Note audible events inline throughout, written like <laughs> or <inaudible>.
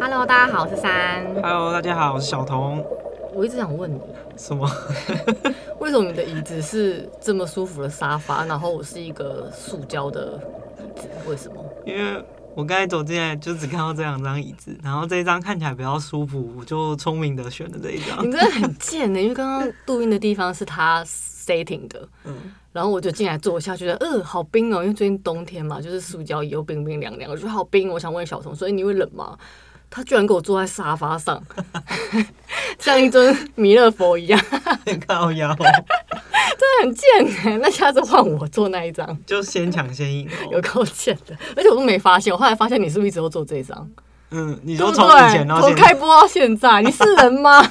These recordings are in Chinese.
Hello，大家好，我是三。 Hello，大家好，我是小童。我一直想问你，什么？ <laughs> 为什么你的椅子是这么舒服的沙发，然后我是一个塑胶的椅子？为什么？因为我刚才走进来就只看到这两张椅子，然后这一张看起来比较舒服，我就聪明的选了这一张 <laughs> 你。真的很贱呢、欸因为刚刚录音的地方是他 setting 的， <laughs> 嗯，然后我就进来坐下，觉得呃好冰哦、因为最近冬天嘛，就是塑胶椅又冰冰凉凉，我觉得好冰。我想问小童，所以你会冷吗？他居然给我坐在沙发上， <laughs> 像一尊弥勒佛一样， <laughs> 靠腰，很贱哎、那下次换我坐那一张。就先抢先赢 <laughs> 有哦。够贱的，而且我都没发现，我后来发现你是不是一直都做这一张？嗯，你你说从以前到从现开在，播到现在，你是人 <laughs> 吗？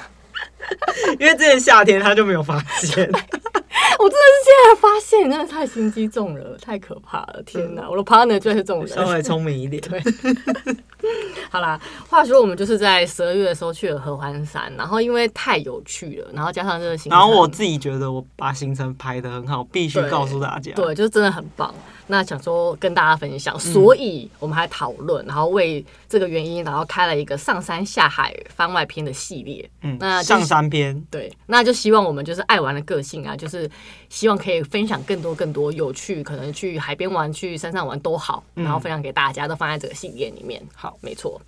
因为之前夏天他就没有发 <laughs> 现。我真的是现在发现，真的太心机重了，太可怕了！天哪，我的 partner 居然是这种嗯稍人。微聪明一点，好啦，话说我们就是在十二月的时候去了合欢山，然后因为太有趣了，然后加上这个行程，然后我自己觉得我把行程排得很好，必须对告诉大家。对，就是真的很棒。那想说跟大家分享，所以我们还讨论，然后为这个原因，然后开了一个上山下海番外篇的系列。嗯那，就上是山篇，对，那就希望我们就是爱玩的个性啊，就是希望可以分享更多更多有趣，可能去海边玩、去山上玩都好，然后分享给大家，都放在这个系列里面。嗯好，没错。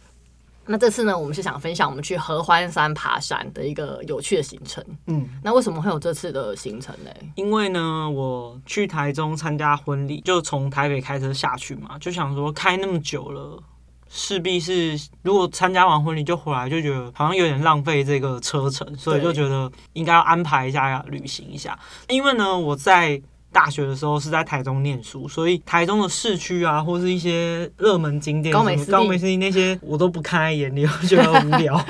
那这次呢，我们是想分享我们去合欢山爬山的一个有趣的行程。嗯。那为什么会有这次的行程呢？因为呢，我去台中参加婚礼，就从台北开车下去嘛，就想说开那么久了，势必是如果参加完婚礼就回来，就觉得好像有点浪费这个车程，所以对就觉得应该要安排一下旅行一下。因为呢，我在大学的时候是在台中念书，所以台中的市区啊，或是一些热门景点，高什么美湿地高美湿地那些，我都不看在眼里，我觉得无聊。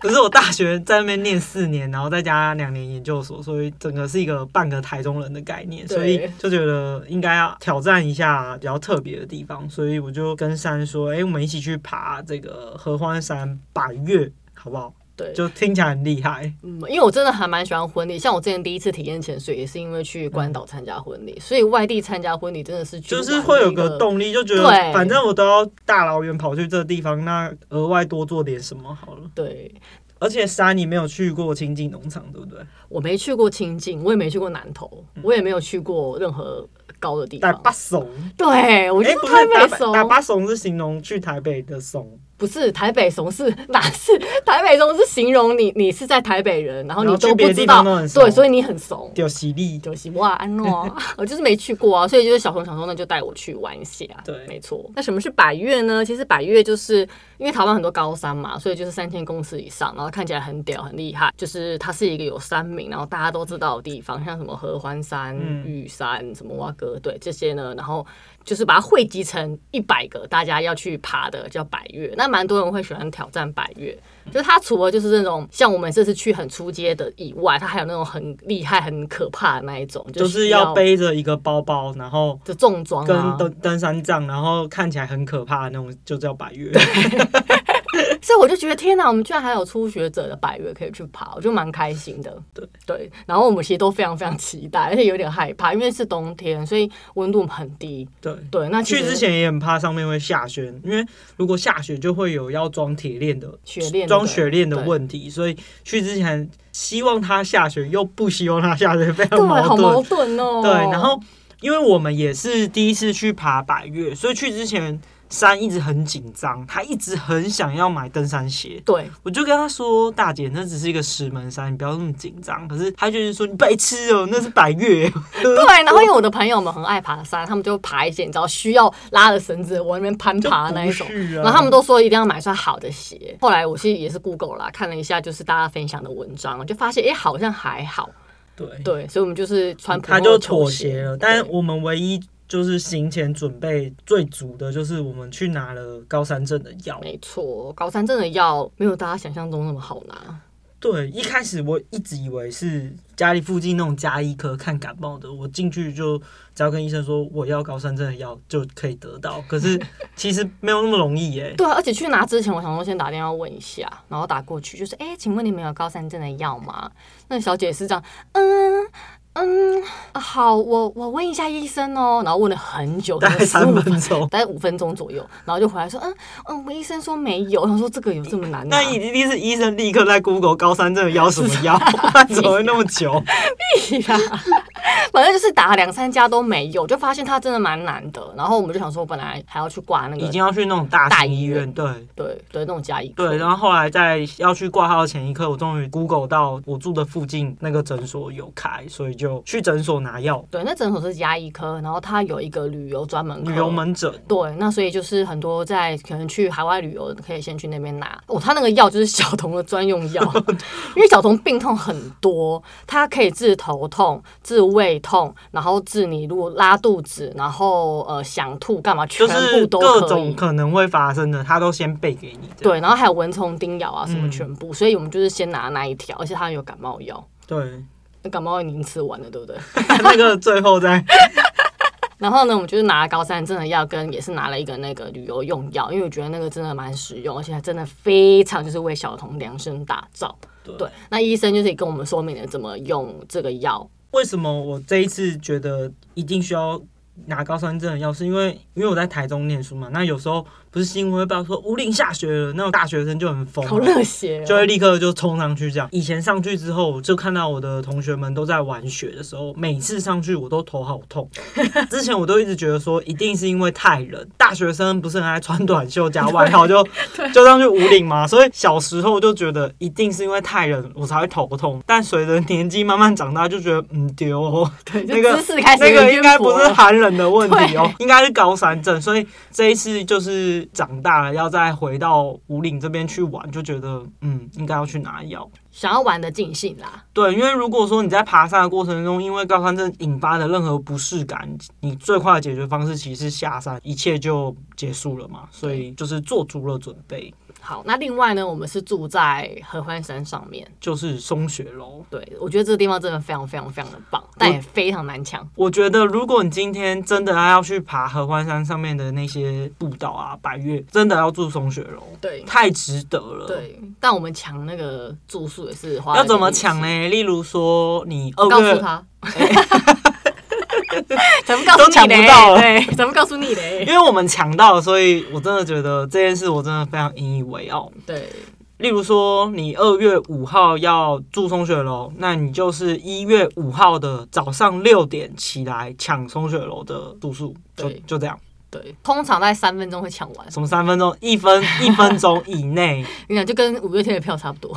可是我大学在那边念四年，然后再加两年研究所，所以整个是一个半个台中人的概念，对所以就觉得应该要挑战一下比较特别的地方，所以我就跟山说：“哎、我们一起去爬这个合欢山百越，好不好对？”，就听起来很厉害，嗯，因为我真的还蛮喜欢婚礼，像我之前第一次体验潜水，也是因为去关岛参加婚礼，所以外地参加婚礼真的是去嗯就是玩会的有一个动力，就觉得对反正我都要大老远跑去这个地方，那额外多做点什么好了。对。而且山你没有去过清境农场，对不对？我没去过清境，我也没去过南投，我也没有去过任何高的地嗯打方。八怂，对，我哎、就是不是台打北八怂，打八怂是形容去台北的怂。不是台北怂是哪是台北怂是形容你你是在台北人，然后然你后去都不别的知地方道都很，怂对，所以你很怂。丢犀利，就是哇，安诺 <laughs> 啊，我就是没去过啊，所以就是小熊想说，那就带我去玩一下。对没错。那什么是百越呢？其实百越就是因为台湾很多高山嘛，所以就是三千公尺以上，然后看起来很屌很厉害，就是它是一个有山名，然后大家都知道的地方，像什么合欢山、嗯玉山、什么蛙哥，对这些呢，然后就是把它汇集成一百个大家要去爬的叫百越。那蛮多人会喜欢挑战百越，就是它除了就是那种像我们这次去很出街的以外，它还有那种很厉害、很可怕的那一种，就需是要背着一个包包，然后的重装啊跟。登登山杖，然后看起来很可怕的那种，就叫百越。所以我就觉得天哪，我们居然还有初学者的百越可以去爬，我就蛮开心的。对对，然后我们其实都非常非常期待，而且有点害怕，因为是冬天，所以温度很低。对，对，那其去实之前也很怕上面会下雪，因为如果下雪就会有要装铁链的雪链装雪链的对问题，所以去之前希望它下雪，又不希望它下雪，非对，常好矛矛盾。盾哦。对，然后因为我们也是第一次去爬百越，所以去之前山一直很紧张，他一直很想要买登山鞋。对我就跟他说：“大姐，那只是一个石门山，你不要那么紧张。”可是他就是说：“你白痴哦、那是百越。对，然后因为我的朋友们很爱爬山，他们就爬一些你知道需要拉着绳子往那边攀爬的那一种就不是，啊然后他们都说一定要买双好的鞋。后来我是也是 Google 啦，看了一下就是大家分享的文章，我就发现哎、诶好像还好，”对，对，所以我们就是穿普哎他通就的球妥鞋协了。但对我们唯一就是行前准备最足的，就是我们去拿了高山症的药。没错，高山真的要没有大家想象中那么好拿，对，一开始我一直以为是家里附近那种家医科看感冒的，我进去就只要跟医生说我要高山症的药就可以得到。可是其实没有那么容易耶、对啊，而且去拿之前，我想说先打电话问一下，然后打过去就是，哎、请问你们有高山症的药吗？那小姐是这样，嗯嗯，好，我我问一下医生哦，然后问了很久，大概15三分钟。大概五分钟左右，然后就回来说，嗯嗯，我医生说没有，他说这个有这么难、啊吗？那一定是医生立刻在 Google 高三症要什么 <laughs> 药，不然怎么会那么久？ <laughs> 反正就是打两三家都没有，就发现它真的蛮难的。然后我们就想说，本来还要去挂那已个经要去那种大大型医医院院，对对对那种加医科对。然后后来在要去挂号的前一刻，我终于 Google 到我住的附近那个诊所有开，所以就去诊所拿药。对，那诊所是加医科，然后它有一个旅游专门科旅游。门诊，对，那所以就是很多在可能去海外旅游，可以先去那边拿。哦，他那个药就是小童的专用 <laughs> 药，因为小童病痛很多，它可以治头痛、治胃痛，然后治你如果拉肚子，然后呃想吐干嘛，全就是部都可以。各种可能会发生的，他都先背给你。这样对，然后还有蚊虫叮咬啊什么嗯全部，所以我们就是先拿那一条，而且它有感冒药，对， <laughs> 那感冒药已经吃完了，对不对？那个最后再然后呢，我们就是拿了高山症的药，跟也是拿了一个那个旅游用药，因为我觉得那个真的蛮实用，而且它真的非常就是为小童量身打造。对对，那医生就是也跟我们说明了怎么用这个药。为什么我这一次觉得一定需要拿高山症的药，是因为因为我在台中念书嘛，那有时候不是新闻会报说五岭下雪了，那种大学生就很疯好啊。热血、哦，就会立刻就冲上去这样。以前上去之后，我就看到我的同学们都在玩雪的时候，每次上去我都头好痛。之前我都一直觉得说，一定是因为太冷，大学生不是很爱穿短袖加外套就就上去五岭嘛，所以小时候就觉得一定是因为太冷我才会头痛。但随着年纪慢慢长大，就觉得嗯丢、哦，对， <laughs> 就那个姿势开始那有个点应该渊博不是了寒冷的问题哦，应该是高山症。所以这一次就是长大了，要再回到五岭这边去玩，就觉得嗯，应该要去拿药。想要玩的尽兴啦。对，因为如果说你在爬山的过程中，因为高山症引发的任何不适感，你最快的解决方式其实是下山，一切就结束了嘛。所以就是做足了准备，好，那另外呢，我们是住在合欢山上面，就是松雪楼。对我觉得这个地方真的非常非常非常的棒，但也非常难抢。我觉得，如果你今天真的要去爬合欢山上面的那些步道啊、百越，真的要住松雪楼，对太值得了。，对，但我们抢那个住宿也是花了要怎点么力气抢？呢？例如说，你二告诉月， <laughs> 他，咱们告诉都抢你嘞不到了对，咱们告诉你嘞。因为我们抢到了，所以我真的觉得这件事我真的非常引以为傲。对，例如说，你二月五号要住松雪楼，那你就是一月五号的早上六点起来抢松雪楼的住宿，就对就这样，对，通常在三分钟会抢完，什么三分钟、一分一分钟以 <laughs> 内，你看就跟五月天的票差不多。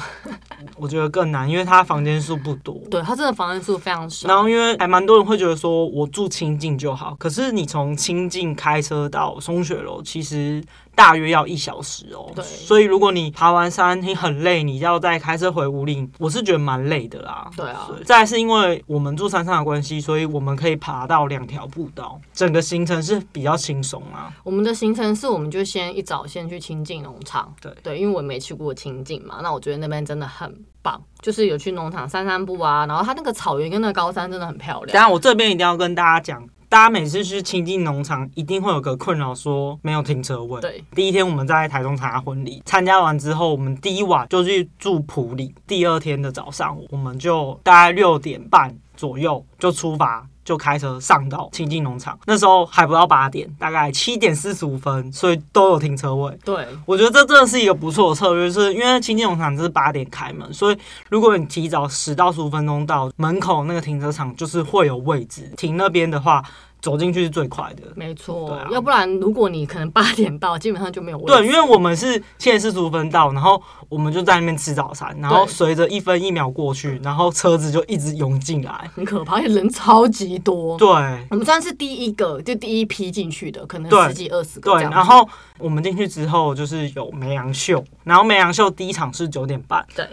我觉得更难，因为它房间数不多。对，它真的房间数非常少。然后，因为还蛮多人会觉得说，我住清境就好。可是你从清境开车到松雪楼，其实大约要一小时哦。对所以如果你爬完山，你很累，你要再开车回五岭，我是觉得蛮累的啦。对啊所以再来是因为我们住山上的关系，所以我们可以爬到两条步道，整个行程是比较轻松啊。我们的行程是，我们就先一早先去清境农场。对对，因为我也没去过清境嘛，那我觉得那边真的很棒，就是有去农场散散步啊，然后它那个草原跟那个高山真的很漂亮。当然，我这边一定要跟大家讲。大家每次去清境农场，一定会有个困扰，说没有停车位。对，第一天我们在台中参加婚礼，参加完之后，我们第一晚就去住普里。第二天的早上，我们就大概六点半左右就出发，就开车上到清境农场。那时候还不到八点，大概七点四十五分，所以都有停车位。对，我觉得这真的是一个不错的策略，就是因为清境农场是八点开门，所以如果你提早十到十五分钟到门口那个停车场，就是会有位置停那边的话，走进去是最快的。没错、对啊要不然如果你可能八点到，基本上就没有位置。对，因为我们是七点四十五分到，然后我们就在那边吃早餐，然后对随着一分一秒过去，然后车子就一直涌进来。很可怕，而且人超级多。对我们算是第一个，就第一批进去的，可能对十几二十个对这，样子。然后我们进去之后就是有梅阳秀，然后梅阳秀第一场是九点半，对，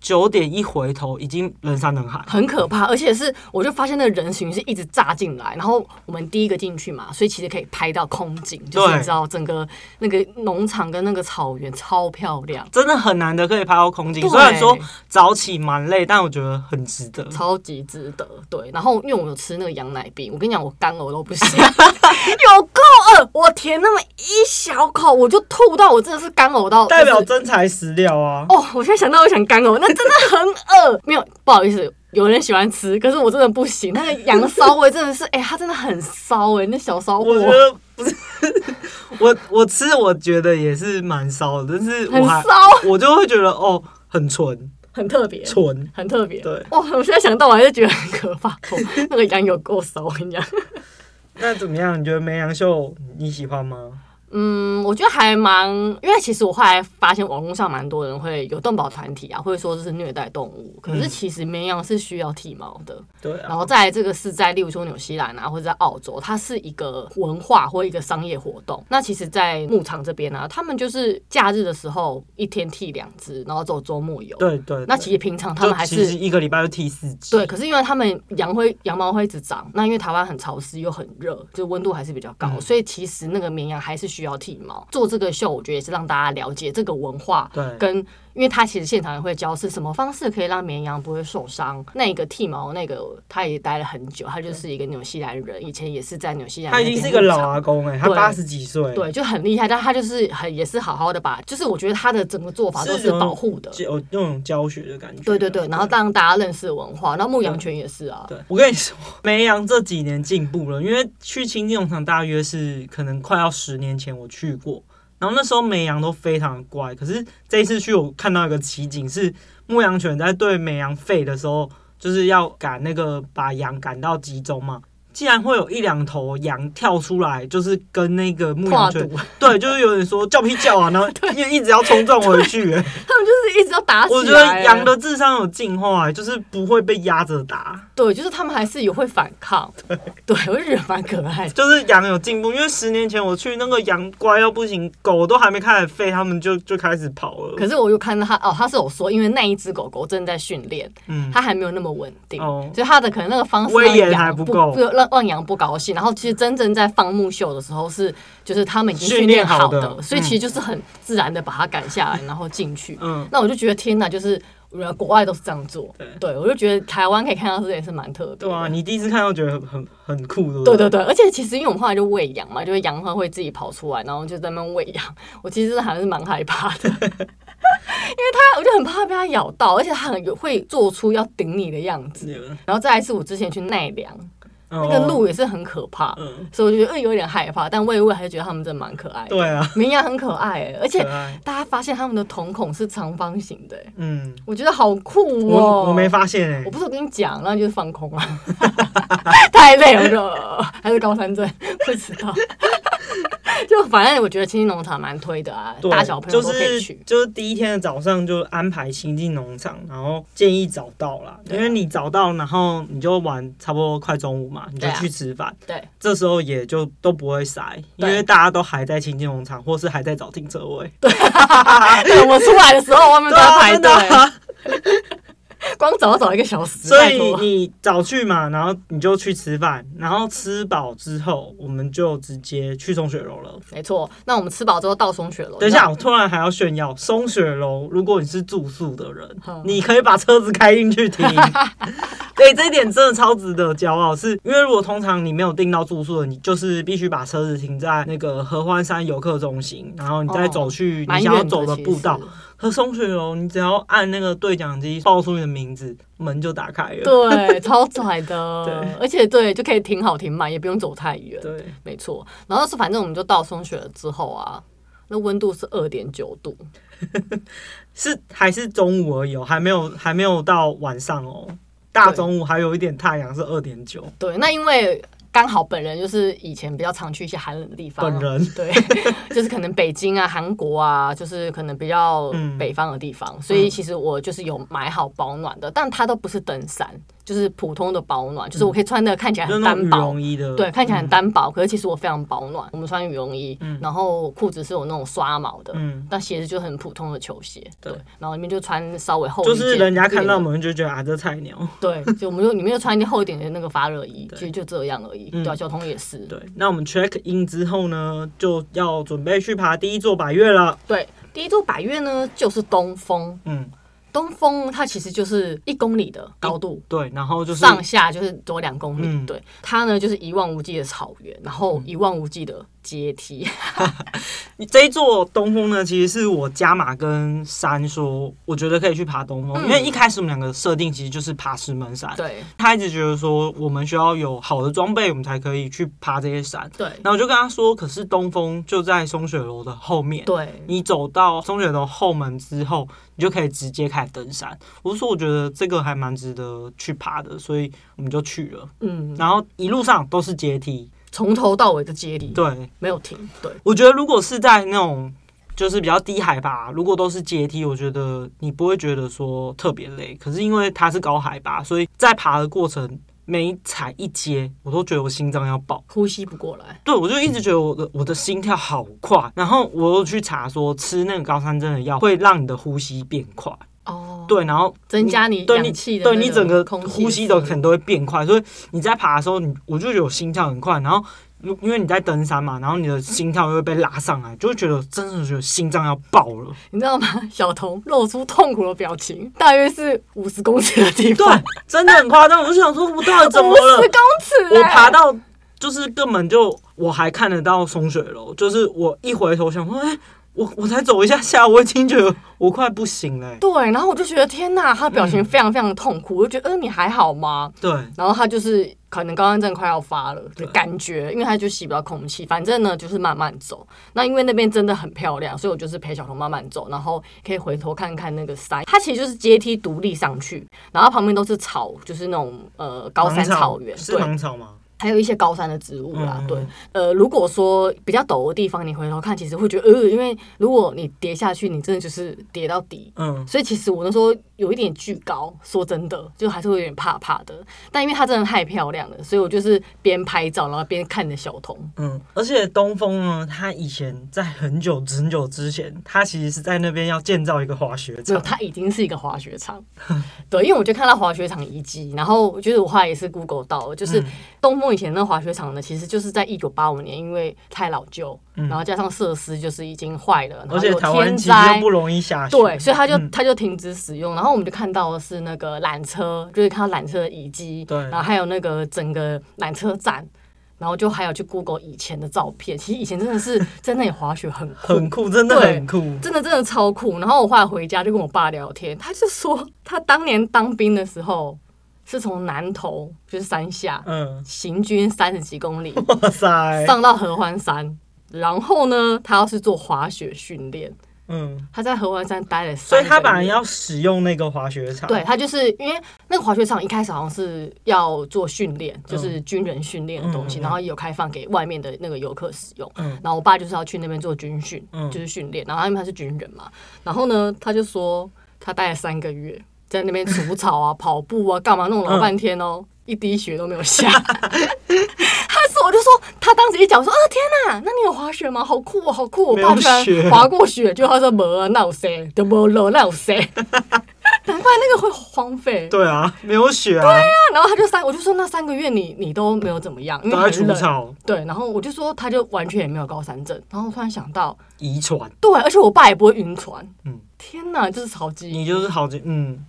九点一回头已经人山人海。很可怕，而且是我就发现那个人群是一直炸进来，然后我们第一个进去嘛，所以其实可以拍到空景，就是对你知道整个那个农场跟那个草原超漂亮，真的很难得可以拍到空景，对虽然说早起蛮累，但我觉得很值得。超级值得。对，然后因为我有吃那个羊奶饼，我跟你讲，我干呕都不 <laughs> 行，有够饿，我舔那么一小口我就吐到，我真的是干呕到，代表就是真材实料啊！哦 <laughs> 哦，我现在想到我想干呕，那真的很恶。没有，不好意思，有人喜欢吃，可是我真的不行。 <laughs> 那个羊骚味真的是，哎、它真的很骚哎、那小骚货我觉得不是， <laughs> 我我吃我觉得也是蛮骚的，但是很我还骚，我就会觉得哦，很纯很特别，纯，很特别。对哇，我现在想到我还是觉得很可怕。哦那个羊有够骚，我跟你讲。 <laughs> 那怎么样？你觉得梅阳秀你喜欢吗？嗯，我觉得还蛮，因为其实我后来发现网络上蛮多人会有动保团体啊，或者说就是虐待动物，可是嗯其实绵羊是需要剃毛的。对然啊，后再来这个是在例如说纽西兰啊，或者在澳洲，它是一个文化或一个商业活动。那其实，在牧场这边呢、啊，他们就是假日的时候一天剃两只，然后走周末游。对对，那对其实平常他们还就其实是。一个礼拜就剃四只，对，可是因为他们羊会羊毛会一直长，那因为台湾很潮湿又很热，就温度还是比较高，嗯所以其实那个绵羊还是需要剃毛。做这个秀，我觉得也是让大家了解这个文化对跟因为他其实现场也会教是什么方式可以让绵羊不会受伤。那个剃毛那个他也待了很久，他就是一个纽西兰人，以前也是在纽西兰他那已边牧经场。是一个老阿公哎、他对八十几岁，对，就很厉害，但他就是很也是好好的把，就是我觉得他的整个做法都是是有保护的，有那种教学的感觉。对对对，然后让大家认识文化，然后牧羊犬也是啊，对，我跟你说，梅阳这几年进步了，因为去亲近农场大约是可能快要十年前我去过，然后那时候梅阳都非常乖，可是这一次去我看到一个奇景是牧羊犬在对梅阳吠的时候，就是要赶那个把羊赶到集中嘛。竟然会有一两头羊跳出来，就是跟那个牧跨羊度，犬，对，就是有点说叫屁叫啊，<laughs> 然后因为一直要冲撞回去、欸他们就是一直要打起来。我觉得羊的智商有进化、就是不会被压着打，对，就是他们还是有会反抗，对，我就觉得蛮可 <laughs> 爱的。就是羊有进步。因为十年前我去那个羊乖到不行，狗都还没开始吠，它们就就开始跑了。可是我又看到他哦，他是有说，因为那一只狗狗正在训练，嗯，它还没有那么稳定，哦所以它的可能那个方式威让严羊还不不够不让让羊不高兴。然后其实真正在放牧秀的时候是，就是他们已经训训练练好好的所以嗯其实就是很自然的把它赶下来，然后进去。嗯，那我就觉得天哪，就是原来国外都是这样做，对我就觉得台湾可以看到这点是蛮特别的。对啊，你第一次看到觉得很很很酷，对不对对对对，而且其实因为我们后来就喂羊嘛，就是羊它会自己跑出来，然后就在那边喂羊。 <laughs> 我其实还是蛮害怕的，因 <laughs> 为它我就很怕它被它咬到，而且它很有会做出要顶你的样子。对，然后再来是我之前去奈良，那那个，鹿也是很可怕，哦嗯，所以我觉得呃有点害怕，但喂一喂还是觉得它们真的蛮可爱的。对啊，绵羊很可爱、欸，而且可爱。大家发现它们的瞳孔是长方形的、欸，嗯，我觉得好酷哦、我我没发现哎我，不是有跟你讲，那就是放空啊， <laughs> 太累了，我就呃还是高山症，不知道。就反正我觉得亲近农场蛮推的啊，对大小朋友就都可以是去。就是第一天的早上就安排亲近农场，然后建议早到啦，啊因为你早到，然后你就晚差不多快中午嘛，你就对啊去吃饭，对这时候也就都不会塞，因对为大家都还在清金农场，或是还在找停车位。对，我出来的时候外面都在啊排真的队，啊光找要找一个小 <laughs> 时，所拜以托你早去嘛，然后你就去吃饭，然后吃饱之后，我们就直接去松雪楼了。没错。那我们吃饱之后到松雪楼，等一下，我突然还要炫耀，松雪楼，如果你是住宿的人嗯，你可以把车子开进 <laughs> 去停。对，这一点真的超值得骄傲，是因为如果通常你没有订到住宿的，你就是必须把车子停在那个合欢山游客中心，然后你再哦走去你蛮想要远走的其步实道。和松雪楼，你只要按那个对讲机报出你的名字，门就打开了。对，超窄的， <laughs> 对而且对就可以停好停满，也不用走太远。对，没错。然后是反正我们就到松雪了之后啊，那温度是二点九度，是还是中午而已、哦，还没有还没有到晚上哦。大中午还有一点太阳是二点九，对，那因为刚好本人就是以前比较常去一些寒冷的地方啊，本人 <laughs> 对，就是可能北京啊、韩国啊，就是可能比较嗯北方的地方，所以其实我就是有买好保暖的，但它都不是登山，就是普通的保暖，就是我可以穿的看起来嗯就很那种单羽薄。绒衣的，对，看起来很嗯单薄，可是其实我非常保暖。我们穿羽绒衣，然后裤子是有那种刷毛的，嗯但鞋子就很普通的球鞋，对对，然后里面就穿稍微厚一就点，是人家看略到的我们就觉得啊，这菜鸟。对，就我们就里面就穿一件厚一点的那个发热衣，其实就这样而已。嗯对啊，小童也是。对，那我们 check in 之后呢，就要准备去爬第一座百岳了。对，第一座百越呢就是东峰，嗯，东峰它其实就是一公里的高度。对，然后就是上下就是走两公里，嗯对它呢就是一望无际的草原，然后一望无际的阶梯。这一座东峰呢，其实是我加码跟山说，我觉得可以去爬东峰，嗯因为一开始我们两个设定其实就是爬石门山。对他一直觉得说，我们需要有好的装备，我们才可以去爬这些山。对然后我就跟他说，可是东峰就在松雪楼的后面，对，你走到松雪楼后门之后，你就可以直接开始登山。我是说，我觉得这个还蛮值得去爬的，所以我们就去了。嗯，然后一路上都是阶梯，从头到尾的阶梯对没有停。对，我觉得如果是在那种就是比较低海拔，如果都是阶梯，我觉得你不会觉得说特别累。可是因为它是高海拔，所以在爬的过程每踩一阶，我都觉得我心脏要爆。呼吸不过来。 <laughs> 对，我就一直觉得我的我的心跳好快，然后我又去查说吃那个高山症的药会让你的呼吸变快，哦，对，然后增加你对氧你气的对那你整个空气呼吸的分可能都会变快，所以你在爬的时候，你我就觉得我心跳很快，然后如因为你在登山嘛，然后你的心跳又会被拉上来，就会觉得真的觉得心脏要爆了。你知道吗？ <laughs> 小童露出痛苦的表情，大约是五十公尺的地对方，， <laughs> 真的很夸张，我就想说 <laughs> 我到底怎么五十了？公尺、欸，我爬到就是根本就我还看得到松雪楼，就是我一回头想说，哎、我我才走一下下，我已经觉得我快不行了、欸对，然后我就觉得天呐，他的表嗯情非常非常痛苦，我就觉得，呃，你还好吗？对，然后他就是可能高山症快要发了的感觉，因为他就吸不到空气。反正呢，就是慢慢走。那因为那边真的很漂亮，所以我就是陪小童慢慢走，然后可以回头看看那个山。它其实就是阶梯独立上去，然后旁边都是草，就是那种呃高山芒草原，是对，芒草吗？还有一些高山的植物啦，嗯对，呃，如果说比较陡的地方，你回头看，其实会觉得，呃，因为如果你跌下去，你真的就是跌到底。嗯，所以其实我那时候有一点巨高，说真的，就还是会有点怕怕的。但因为它真的太漂亮了，所以我就是边拍照，然后边看着小童。嗯，而且东风呢，他以前在很久很久之前，他其实是在那边要建造一个滑雪没有，场。它已经是一个滑雪场。 <laughs> 对，因为我就看到滑雪场遗迹，然后就是我后来也是 Google 到了，就是嗯东风以前那滑雪场呢，其实就是在一九八五年，因为太老旧，嗯然后加上设施就是已经坏了，然后而且有台湾天其实又灾不。容易下雪，对，所以它就嗯它就停止使用，然后我们就看到的是那个缆车，就是看到缆车的遗迹，对然后还有那个整个缆车站，然后就还有去 Google 以前的照片，其实以前真的是 <laughs> 在那里滑雪很酷，很酷，真的对很酷。真的真的超酷。然后我后来回家就跟我爸聊天，他就说他当年当兵的时候是从南头就是山下嗯，行军三十几公 <laughs> 里哇塞，上到合欢山，然后呢他要是做滑雪训练，嗯，他在合欢山待了三所个以月，他本来要使用那个滑雪场，对，他就是因为那个滑雪场一开始好像是要做训练，就是军人训练的东西，嗯嗯嗯嗯然后也有开放给外面的那个游客使用。嗯然后我爸就是要去那边做军训，嗯就是训练。然后因为他是军人嘛，然后呢，他就说他待了三个月，在那边除草 <laughs> 啊、跑步啊、干嘛弄老半天嗯哦，一滴血都没有下。 <laughs> 他说，我就说他当时一讲我说，啊天哪，那你有滑雪吗？好酷哦，好酷哦！我没爸有居然雪滑过雪，就他说没啊，那有谁都没了，那有谁？难怪那个会荒废。对啊，没有雪啊，然后他就三，我就说那三个月你你都没有怎么样，因为都在很除冷。草，对，然后我就说他就完全也没有高山症，然后我突然想到，遗传，对，而且我爸也不会晕船。嗯天哪，就是超级你就是好几嗯。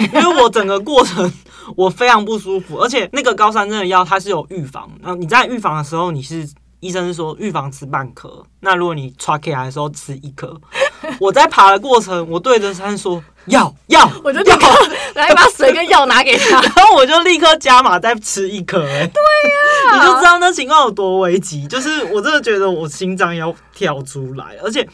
因为我整个过程我非常不舒服，而且那个高山症的药它是有预防，然后你在预防的时候，你是医生是说预防吃半颗，那如果你抓 K 来的时候吃一颗。我在爬的过程，我对着山说要要，我就立刻来把水跟药拿给 <laughs> 他。然后我就立刻加码再吃一颗、哎，对呀、你就知道那情况有多危急。就是我真的觉得我心脏要跳出来，而且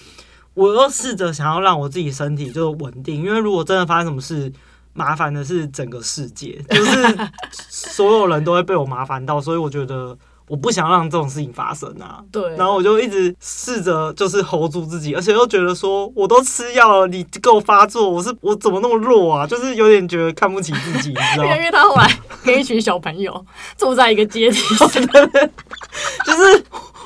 我又试着想要让我自己身体就稳定，因为如果真的发生什么事，麻烦的是整个世界，就是所有人都会被我麻烦到，所以我觉得。我不想让这种事情发生啊，对然后我就一直试着就是 hold 住自己，而且又觉得说我都吃药了，你给我发作，我是我怎么那么弱啊？就是有点觉得看不起自己，你知道因吗为？因为他后来跟一群小朋友 <laughs> 坐在一个 <laughs> 阶梯上，就是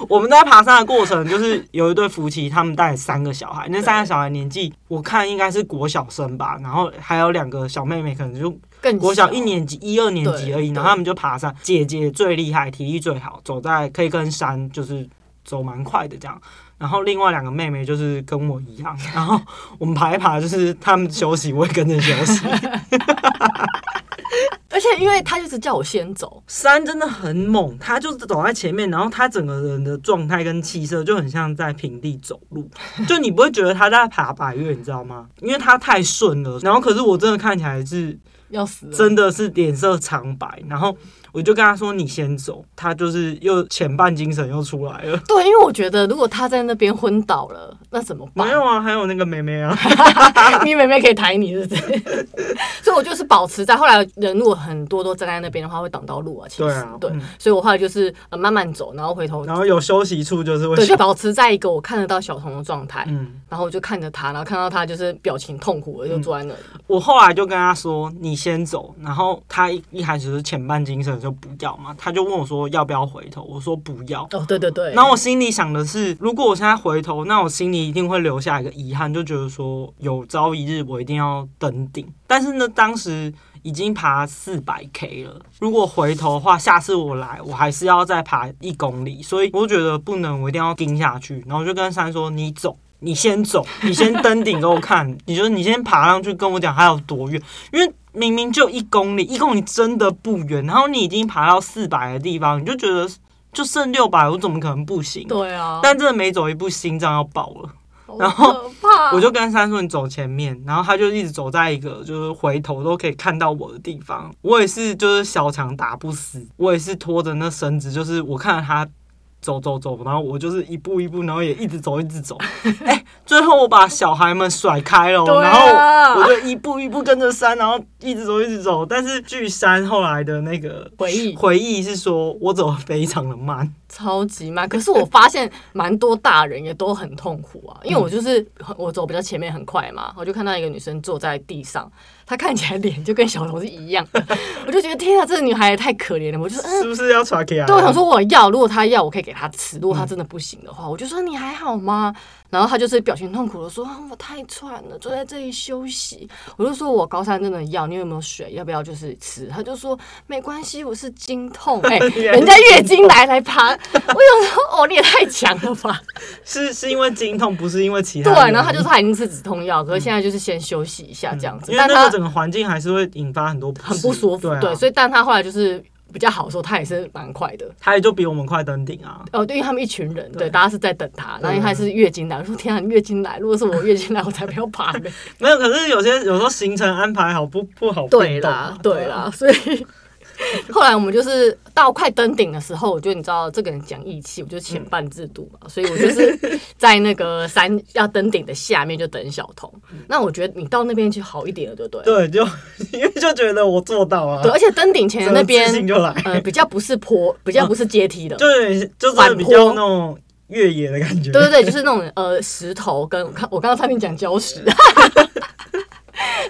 我们在爬山的过程，就是有一对夫妻，他们带了三个小孩，那三个小孩年纪我看应该是国小生吧，然后还有两个小妹妹，可能就更国小一年级、一二年级对而已，然对后他们就爬山。姐姐最厉害，体力最好，走在可以跟山就是走蛮快的这样。然后另外两个妹妹就是跟我一样，然后我们爬一爬，就是他们休息，我也跟着休息。而且因为他就是叫我先走，三真的很猛，他就是走在前面，然后他整个人的状态跟气色就很像在平地走路， <laughs> 就你不会觉得他在爬百越，你知道吗？因为他太顺了，然后可是我真的看起来是要死了。真的是脸色苍白，然后我就跟他说你先走，他就是又前半精神又出来了。对，因为我觉得如果他在那边昏倒了，那怎么办 <laughs> 没？有啊， <laughs> 还有那个妹妹啊， <laughs> 你妹妹可以抬你，是不是？ <laughs> 所以我就是保持在后来人如果很多都站在那边的话，会挡到路啊。其实对啊，嗯所以我后来就是、呃、慢慢走，然后回头，然后有休息处就是会对，就想，保持在一个我看得到小童的状态。嗯，然后我就看着他，然后看到他就是表情痛苦，我就坐在那里。我后来就跟他说你先走，然后他一一开始是前半精神就不要嘛，他就问我说要不要回头，我说不要。哦，对对对，然后我心里想的是，如果我现在回头，那我心里一定会留下一个遗憾，就觉得说有朝一日我一定要登顶。但是呢，当时已经爬四百 K 了，如果回头的话，下次我来，我还是要再爬一公里，所以我觉得不能，我一定要盯下去。然后我就跟山说：“你走。”你先走，你先登顶给我看，你就是你先爬上去跟我讲还有多远，因为明明就一公里，一公里真的不远，然后你已经爬到四百的地方，你就觉得就剩六百，我怎么可能不行？对啊，但真的每走一步，心脏要爆了。然好可怕，我就跟三顺走前面，然后他就一直走在一个就是回头都可以看到我的地方。我也是就是小强打不死，我也是拖着那绳子，就是我看着他走走走，然后我就是一步一步，然后也一直走一 <laughs> 直走。哎、最后我把小孩们甩开了，对然后啊，我就一步一步跟着山，然后一直走一直走。但是据山后来的那个回忆回忆是说我走得非常的慢。超级慢。可是我发现蛮多大人也都很痛苦啊，因为我就是我走比较前面很快嘛，我就看到一个女生坐在地上，她看起来脸就跟小龙是一样 <laughs> 的，我就觉得天啊，这个女孩也太可怜了。我就说，嗯，是不是要传给啊？对，我想说我要，如果他要，我可以给他吃；如果他嗯真的不行的话，我就说你还好吗？然后他就是表情痛苦的说、啊我太喘了，坐在这里休息。我就说我高三真的要，你有没有水？要不要就是吃？他就说没关系，我是经痛。 <laughs> 哎、人家月经来来爬，我想说哦，你也太强了吧？是是因为经痛，不是因为其他对原因。，然后他就说他已经吃止痛药，可是现在就是先休息一下这样子。嗯因为但那他个整个环境还是会引发很多不适很不舒服，对,、啊、对，所以但他后来就是比较好的时候，他也是蛮快的。他也就比我们快登顶啊。哦，对，因为他们一群人，对，嗯对大家是在等他，然后因为他是月经来，我说天啊，你月经来，如果是我月经来，我才不要爬呢。没有，可是有些有时候行程安排好不不好 <laughs> 对变动啦啊，对啦，所 <laughs> 以后来我们就是到快登顶的时候，我就你知道这个人讲义气，我就前半制度嘛，所以我就是在那个山要登顶的下面就等小童。那我觉得你到那边去好一点了，对不嗯对？啊对，就因为就觉得我做到啊，对，而且登顶前整的个那自信边，就来，呃，比较不是坡，比较不是阶梯 <laughs> 的，就有点就真的比较那种越野的感觉。对对对，就是那种呃石头跟我看我刚刚差点讲礁石， <laughs>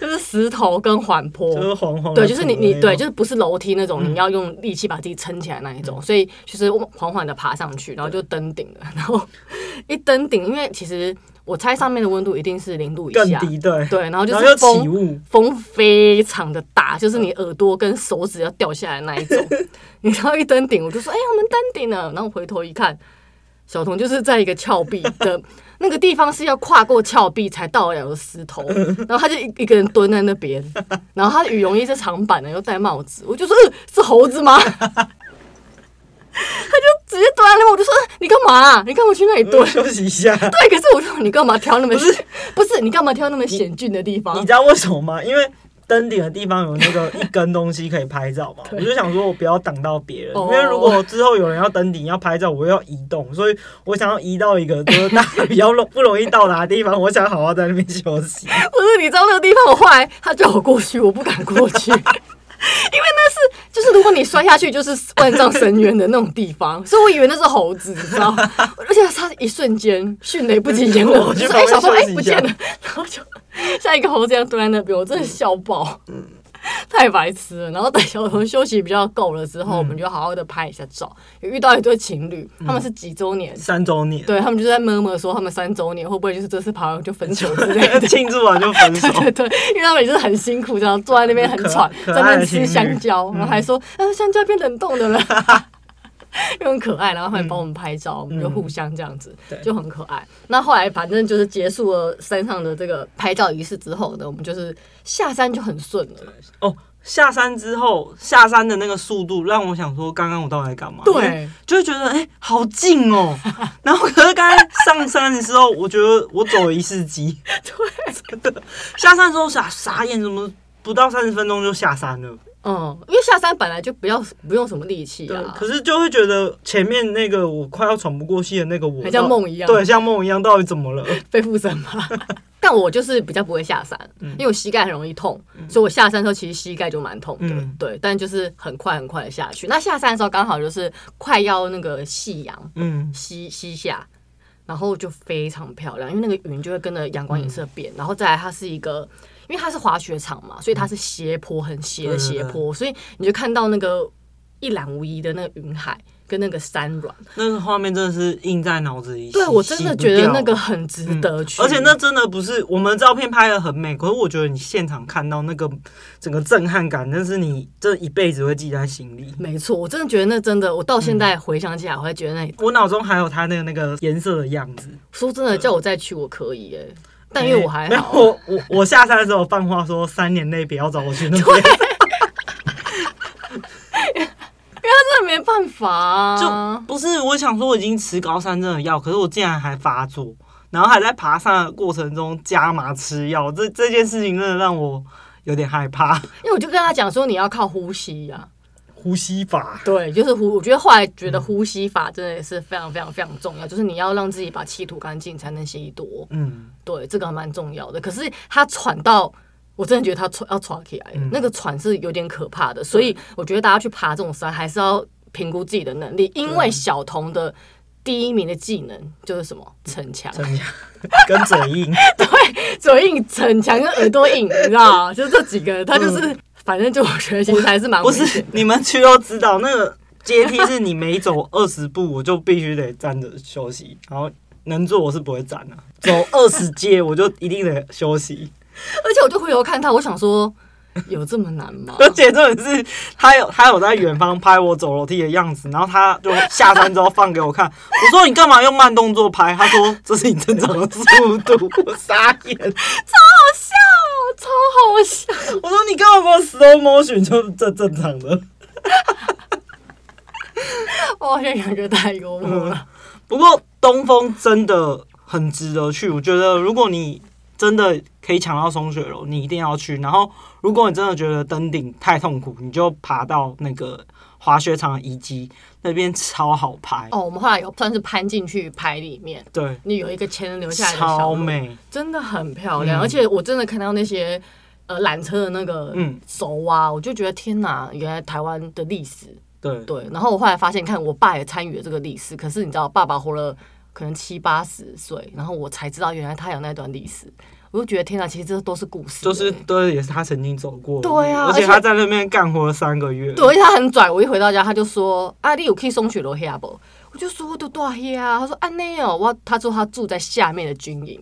就是石头跟缓坡。就是黄黄的对，就是你你土对，的那种嗯就是不是楼梯那种，你要用力气把自己撑起来那一种，所以就是缓缓的爬上去，然后就登顶了，然后一登顶，因为其实我猜上面的温度一定是零度以更下，低，对，对，然后就然后是又起风雾，嗯风非常的大，就是你耳朵跟手指要掉下来那一 <laughs> 种。你知道一登顶，我就说：“哎、我们登顶了。”然后回头一看，小童就是在一个峭壁的那个地方，是要跨过峭壁才到得了的石 <laughs> 头。然后他就一一个人蹲在那边，然后他的羽绒衣是长版的，又戴帽子。我就说：“呃、是猴子 <laughs> 吗？”他就直接蹲在那边，我就说：“你干嘛啊、你干嘛去那里蹲我？”嗯休息一下。 <laughs> 对，可是我说你干嘛挑那么险？ <laughs> 不是你干嘛挑那么险峻的地方你？知道为什么吗？因为登顶的地方有那个一根东西可以拍照嘛，我就想说我不要挡到别人，哦因为如果之后有人要登顶要拍照，我又要移动，所以我想要移到一个就是大家比较容不容易到达的地方，我想好好在那边休 <laughs> 息。 <laughs> 不是，你知道那个地方，我后来他叫我过去，我不敢过 <laughs> 去，因为那是就是如果你摔下去就是万丈深渊的那种地方，所以我以为那是猴子，你 <laughs> 知道吗？而且他一瞬间迅雷不及掩耳，我我去就说旁哎、边小偷休哎、息一不见下了，然后 <laughs> 就像一个猴子一样蹲在那边，我真的笑爆。嗯太白痴了，然后等小童休息比较够了之嗯后，我们就好好的拍一下照。有遇到一对情侣，他们是几周年，三周年，。对他们就在默默说他们三周年会不会就是这次爬完就分手之类的 <laughs> <laughs> 庆祝完就分手， <laughs> 对对，对，因为他们也是很辛苦，这样坐在那边很喘，可在可爱那的边吃呃 <laughs> 情侣嗯香蕉，然后还说，啊，香蕉变冷冻的了。又很可爱，然后还帮我们拍照，我们就互相这样子，嗯对就很可爱。那后来反正就是结束了山上的这个拍照仪式之后呢，我们就是下山就很顺了。哦，下山之后下山的那个速度让我想说，刚刚我到底在干嘛？因为，就会觉得哎、好近 <laughs> 哦。然后可是刚才上山的时候，我觉得我走了一世纪。对，真的。下山之后傻傻眼，怎么不到三十分钟就下山了？嗯，因为下山本来就不要不用什么力气对，啊可，是就会觉得前面那个我快要喘不过气的那个我，还像梦一样对，像梦一样，到底怎么了？被附身嘛。 <laughs> 但我就是比较不会下山，嗯因为我膝盖很容易痛，所以我下山的时候其实膝盖就蛮痛的，嗯对。但就是很快很快的下去。那下山的时候刚好就是快要那个夕阳嗯，西西下，然后就非常漂亮，因为那个云就会跟着阳光颜嗯色变，然后再来它是一个。因为它是滑雪场嘛，所以它是斜坡，很斜的嗯对对斜坡，所以你就看到那个一览无遗的那个云海跟那个山峦。那个画面真的是印在脑子里。对洗我真的觉得那个。很值洗不掉得去，嗯而且那真的不是我们照片拍的很美，可是我觉得你现场看到那个整个震撼感，那是你这一辈子会记在心里。没错，我真的觉得那真的，我到现嗯在回想起来，我还觉得那我脑中还有它那个那个颜色的样子。说真的，叫我再去我可以哎、但因为我还嗯没有好，我我我下山的时候放话说三年内不要找我去那边， <laughs> 真的没办法啊就。不是我想说我已经吃高山症的药，可是我竟然还发作，然后还在爬山的过程中加码吃药，这这件事情真的让我有点害怕。因为我就跟他讲说，你要靠呼吸呀、呼吸法，对，就是呼，我觉得后来觉嗯得呼吸法真的是非常非常非常重要，就是你要让自己把气吐干净，才能吸多。嗯，对，这个还蛮重要的。可是他喘到，我真的觉得他喘要喘起来了，嗯那个喘是有点可怕的。所以我觉得大家去爬这种山，还是要评估自己的能力，因为小童的。第一名的技能就是什么？逞强，真的跟嘴硬，嘴硬、逞强跟耳朵硬，你知道吗？就这几个，他就是，反正就我觉得其实还是蛮嗯不危险是的。你们去都知道，那个阶梯是你每走 <laughs> 二十步我就必须得站着休息，然后能坐我是不会站的、走二十阶我就一定得休息。而且我就回头看他，我想说，有这么难 <laughs> 吗？而且重点是，他有他有在远方拍我走楼梯的样子，然后他就下山之后放给我看，我说你干嘛用慢动作拍？他说这是你正常的速度，我傻眼。好笑哦，超好笑！我说你干嘛给我 slow motion 就是这正常的。我好像感觉太幽默了。不过东风真的很值得去，我觉得如果你真的可以抢到松雪楼，你一定要去。然后如果你真的觉得登顶太痛苦，你就爬到那个滑雪场的遗迹那边超好拍，哦，我们后来有算是攀进去拍里面，对，你有一个前人留下来的小超路，美。真的很漂亮。嗯而且我真的看到那些呃缆车的那个嗯轴啊，我就觉得天哪，原来台湾的历史对，对。然后我后来发现，看我爸也参与了这个历史，可是你知道，爸爸活了可能七八十岁，然后我才知道原来他有那段历史。我就觉得天哪，其实这都是故事欸，就是对，也是他曾经走过的路，对啊而而且且他在那边干活了三个月，对，而且他很拽。我一回到家，他就说：“啊，你有去松雪楼下不？”我就说：“都多黑啊。”他说：“啊，那哦，我他说他住在下面的军营，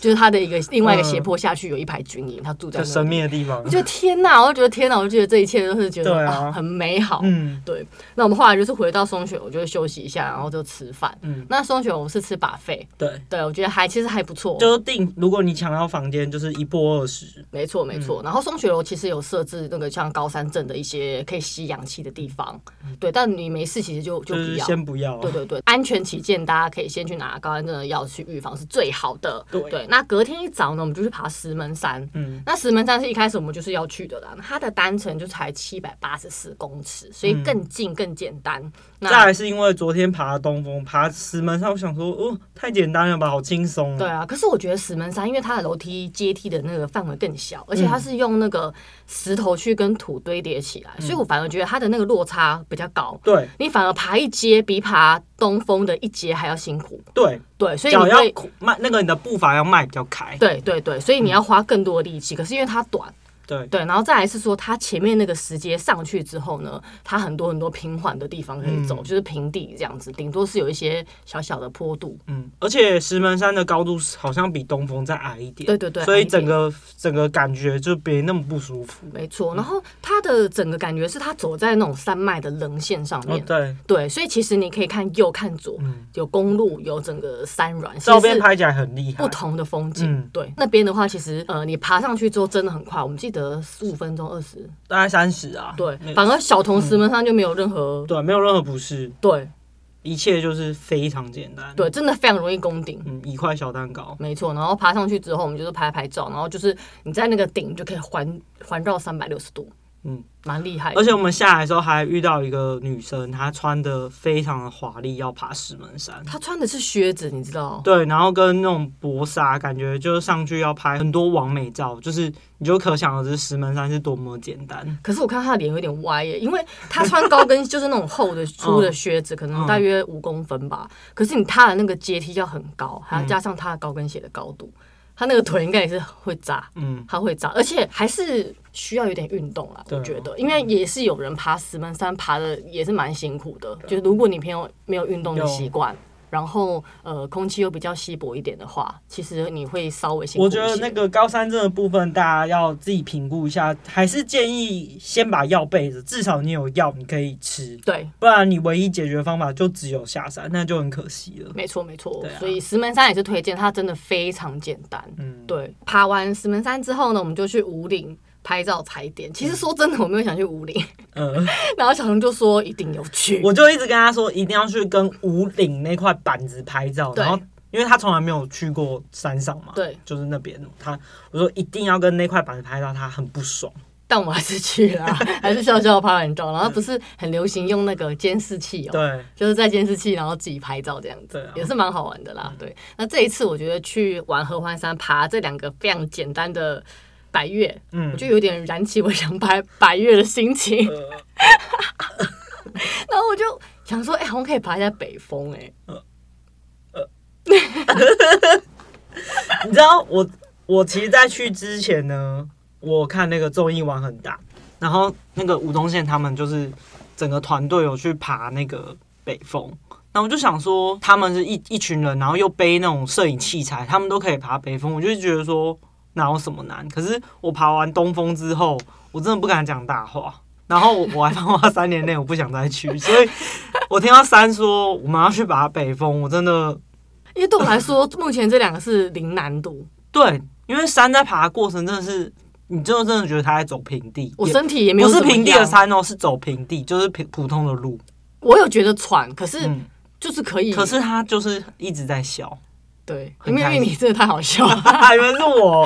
就是他的一个另外一个斜坡下去有一排军营，他住在嗯就那神里。秘的地方我，觉得天哪，我就觉得天哪，我就觉得这一切都是觉得对啊很美好。嗯对，那我们后来就是回到松雪，我就休息一下，然后就吃饭。嗯，那松雪我们是吃把费，对，对我觉得还其实还不错，就是定，如果你抢到房间，就是一波二十，没错没嗯错。然后松雪楼其实有设置那个像高山镇的一些可以吸氧气的地方，对，但你没事其实就就就不是要。先不要，啊对对对，安全起见，大家可以先去拿高安症的药去预防是最好的。对那隔天一早呢，我们就去爬石门山。嗯那石门山是一开始我们就是要去的啦，它的单程就才七百八十四公尺，所以更近更简单。再那来是因为昨天爬东风，爬石门上，我想说，哦，太简单了吧，好轻松、对，啊，可是我觉得石门山，因为它的楼梯阶梯的那个范围更小，而且它是用那个石头去跟土堆叠起嗯来，所以我反而觉得它的那个落差比较高。对你反而爬一阶比爬东峰的一阶还要辛苦，对，对，所以你脚要会迈，那个你的步伐要迈比较开。对对对，所以你要花更多的力气。可是因为它短，对，对，然后再来是说，它前面那个石阶上去之后呢，它很多很多平缓的地方可以走，嗯就是平地这样子，顶多是有一些小小的坡度。嗯，而且石门山的高度是好像比东峰再矮一点，对对对，所矮以一整点个整个感觉就别那么不舒服。没错。然后它的整个感觉是它走在那种山脉的棱线上哦，面，对，对，所以其实你可以看右看左，嗯，有公路，有整个山峦，照片是拍起来很厉害不，同的风景。嗯对，那边的话，其实呃，你爬上去之后真的很快，我们记得十五分钟二十。大概三十啊。对没，反而小童石门上就没有任何、对，没有任何不适，对一切就是非常简单。对，，真的非常容易攻顶。嗯，一块小蛋糕，没错，然后爬上去之后，我们就是拍拍照，然后就是你在那个顶就可以环环绕三百六十度，嗯，蛮厉害的。而且我们下来的时候还遇到一个女生，她穿的非常的华丽，要爬石门山。他穿的是靴子，你知道？对，然后跟那种薄纱，感觉就是上去要拍很多完美照，就是你就可想而知石门山是多么简单。可是我看他的脸有点歪耶，因为他穿高跟就是那种厚 <laughs> 的粗嗯的靴子，可能大约五公分吧。可是你踏的那个阶梯要很高，还嗯要加上他的高跟鞋的高度，他那个腿应该也是会炸，嗯，他会炸，而且还是需要有点运动啦。对我啊觉得，因为也是有人爬石门山爬的也是蛮辛苦的，就是如果你朋友没有运动的啊有习惯。然后，呃，空气又比较稀薄一点的话，其实你会稍微辛苦我一些。觉得那个高山症的部分，大家要自己评估一下，还是建议先把药备着，至少你有药你可以吃，对，不然你唯一解决方法就只有下山，那就很可惜了。没错没错对。啊所以石门山也是推荐，它真的非常简单。嗯，对，爬完石门山之后呢，我们就去五岭拍照踩点。其实说真的，我没有想去五岭， <laughs> 嗯，然后小熊就说一定有去。我就一直跟他说，一定要去跟五岭那块板子拍照，对然后。因为他从来没有去过山上嘛，对，就是那边他，我说一定要跟那块板子拍照，他很不爽。但我还是去 <laughs> 了啊，还是笑笑拍完照。然后不是很流行用那个监视器哦，对，就是在监视器然后自己拍照这样子，对啊嗯也是蛮好玩的啦。对，那这一次我觉得去玩合欢山爬这两个非常简单的百越，嗯我，就有点燃起我想拍百越的心情。 <laughs> 然后我就想说，哎、好像可以爬一下北峰、哎， <laughs> 你知道我，我其实，在去之前呢，我看那个综艺玩很大，然后那个吴宗宪他们就是整个团队有去爬那个北峰，那我就想说，他们是一一群人，然后又背那种摄影器材，他们都可以爬北峰，我就觉得说哪有什么难。可是我爬完东峰之后，我真的不敢讲大话。然后我我还放话三年内我不想再去，所以我听到三说我们要去爬北峰，我真的因为对我来说，目前这两个是零难度，对，因为山在爬的过程真的是，你就真的觉得他在走平地，我也身体也没有不是怎么平地样的，山哦，是走平地，就是平普通的路。我有觉得喘，可是嗯，就是可以，可是他就是一直在笑，对，很因为因开为心你真的太好笑了。还以为是 <laughs> 我，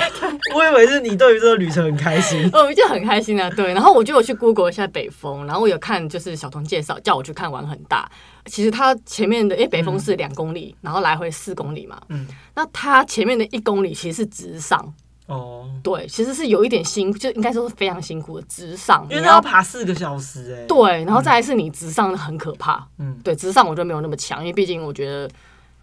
我以为是你对于这个旅程很开心。我们就很开心啊，对。然后我就有去 Google 一下北风，然后我有看就是小童介绍，叫我去看玩很大。其实它前面的，因为北风是两公里，然后来回四公里嘛。嗯，那它前面的一公里其实是直上，哦，对，其实是有一点辛，就应该说是非常辛苦的直上，因为你他要爬四个小时哎、，对，然后再来是你直上很可怕，嗯，对，直上我就没有那么强，因为毕竟我觉得，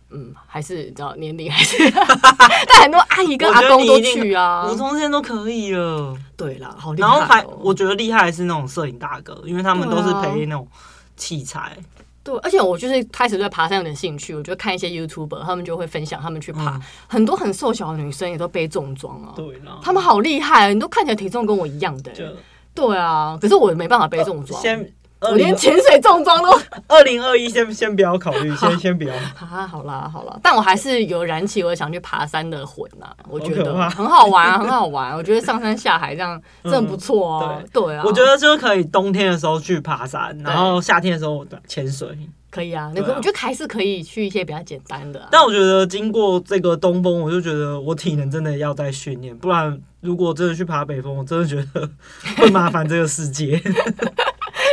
嗯，还是你知道年龄还是， <laughs> 但很多阿姨跟我阿觉得公你都一定去啊吴。宗宪都可以了，对啦，好厉害、然哦。后还我觉得厉害的是那种摄影大哥，因为他们都是对啊陪那种器材，对，而且我就是开始对爬山有点兴趣，我就看一些 YouTuber，他们就会分享他们去爬，嗯很多很瘦小的女生也都背重装啊。对啦，他们好厉害、啊你都看起来体重跟我一样的、欸就呃对啊，可是我没办法背重装，先。我连潜水重装都二零二一先先不要考虑，先先不要。啊，好啦好啦，但我还是有燃起我想去爬山的魂呐、我觉好得可怕很好玩啊，很好玩，我觉得上山下海这样真的不错哦、嗯对啊，我觉得就可以冬天的时候去爬山，然后夏天的时候我潜水。可以啊，那对个啊我觉得还是可以去一些比较简单的、啊。但我觉得经过这个东风，我就觉得我体能真的要再训练，不然如果真的去爬北风，我真的觉得会麻烦这个世 <laughs> 界。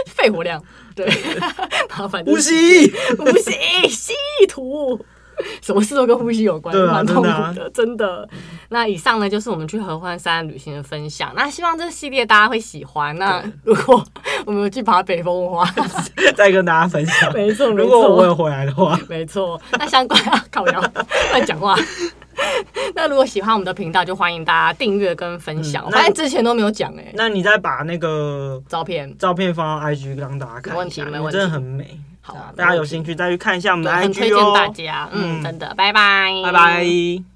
肺活量，对， <laughs> 麻烦就是呼吸， <laughs> 呼吸吸吐，什么事都跟呼吸有关，对啊蛮痛苦真的啊的，真的。那以上呢，就是我们去合欢山旅行的分享。那希望这个系列大家会喜欢。那如果我们有去爬北风的话， <laughs> 再跟大家分享。没错没错如果我有回来的话， <laughs> 没错。那相关靠腰乱讲话。那如果喜欢我们的频道，就欢迎大家订阅跟分享。嗯我那发现之前都没有讲哎、那你再把那个照片。照片放到 IG 让大家看没问一题下，没因为问真的题很美。好啊没大家有问题兴趣再去看一下我们的对很推 IG 荐哦。大家，嗯，嗯真的，拜拜，拜拜。